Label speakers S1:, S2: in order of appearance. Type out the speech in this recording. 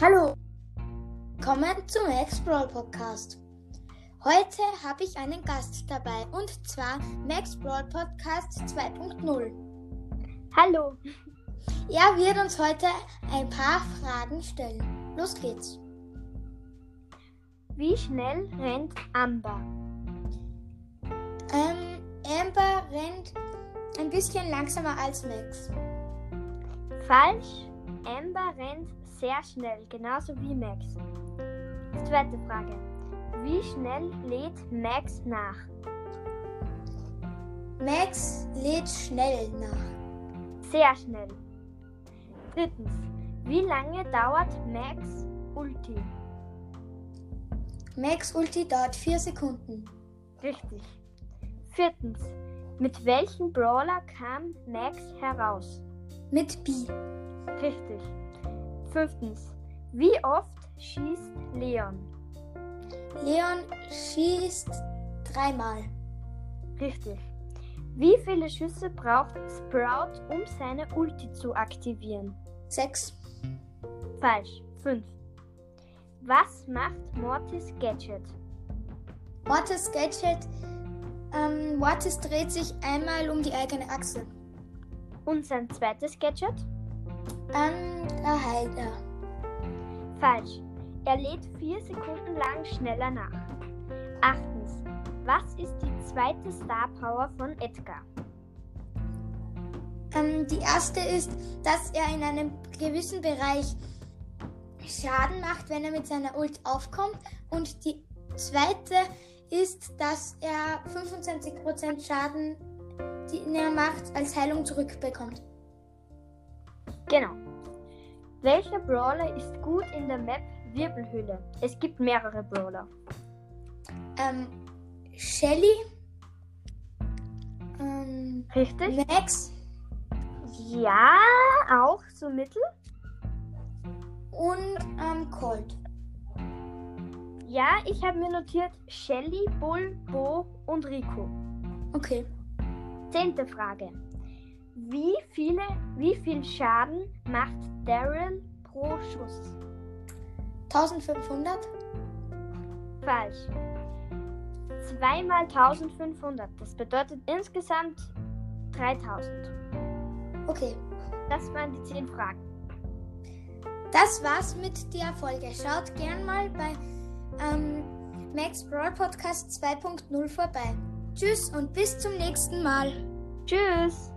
S1: Hallo, willkommen zum Max Brawl Podcast. Heute habe ich einen Gast dabei und zwar Max Brawl Podcast 2.0.
S2: Hallo.
S1: Er wird uns heute ein paar Fragen stellen. Los geht's.
S2: Wie schnell rennt Amber?
S1: Ähm, Amber rennt ein bisschen langsamer als Max.
S2: Falsch. Amber rennt sehr schnell, genauso wie Max. Zweite Frage. Wie schnell lädt Max nach?
S1: Max lädt schnell nach.
S2: Sehr schnell. Drittens. Wie lange dauert Max Ulti?
S1: Max Ulti dauert 4 Sekunden.
S2: Richtig. Viertens. Mit welchem Brawler kam Max heraus?
S1: Mit B.
S2: Richtig. Fünftens. Wie oft schießt Leon?
S1: Leon schießt dreimal.
S2: Richtig. Wie viele Schüsse braucht Sprout, um seine Ulti zu aktivieren?
S1: Sechs.
S2: Falsch. Fünf. Was macht Mortis Gadget?
S1: Mortis Gadget. Ähm, Mortis dreht sich einmal um die eigene Achse.
S2: Und sein zweites Gadget?
S1: Dann äh, halt, der Heiler.
S2: Falsch. Er lädt vier Sekunden lang schneller nach. Achtens. Was ist die zweite Star Power von Edgar?
S1: Ähm, die erste ist, dass er in einem gewissen Bereich Schaden macht, wenn er mit seiner Ult aufkommt. Und die zweite ist, dass er 25% Schaden, den er macht, als Heilung zurückbekommt.
S2: Genau. Welcher Brawler ist gut in der Map Wirbelhülle? Es gibt mehrere Brawler.
S1: Ähm, Shelly. Ähm,
S2: Richtig?
S1: Max
S2: Ja, auch so mittel.
S1: und ähm, Colt.
S2: Ja, ich habe mir notiert Shelly, Bull, Bo und Rico.
S1: Okay.
S2: Zehnte Frage. Wie viele, wie viel Schaden macht Daryl pro Schuss?
S1: 1500.
S2: Falsch. Zweimal 1500. Das bedeutet insgesamt 3000.
S1: Okay.
S2: Das waren die zehn Fragen.
S1: Das war's mit der Folge. Schaut gern mal bei ähm, Max Brawl Podcast 2.0 vorbei. Tschüss und bis zum nächsten Mal.
S2: Tschüss!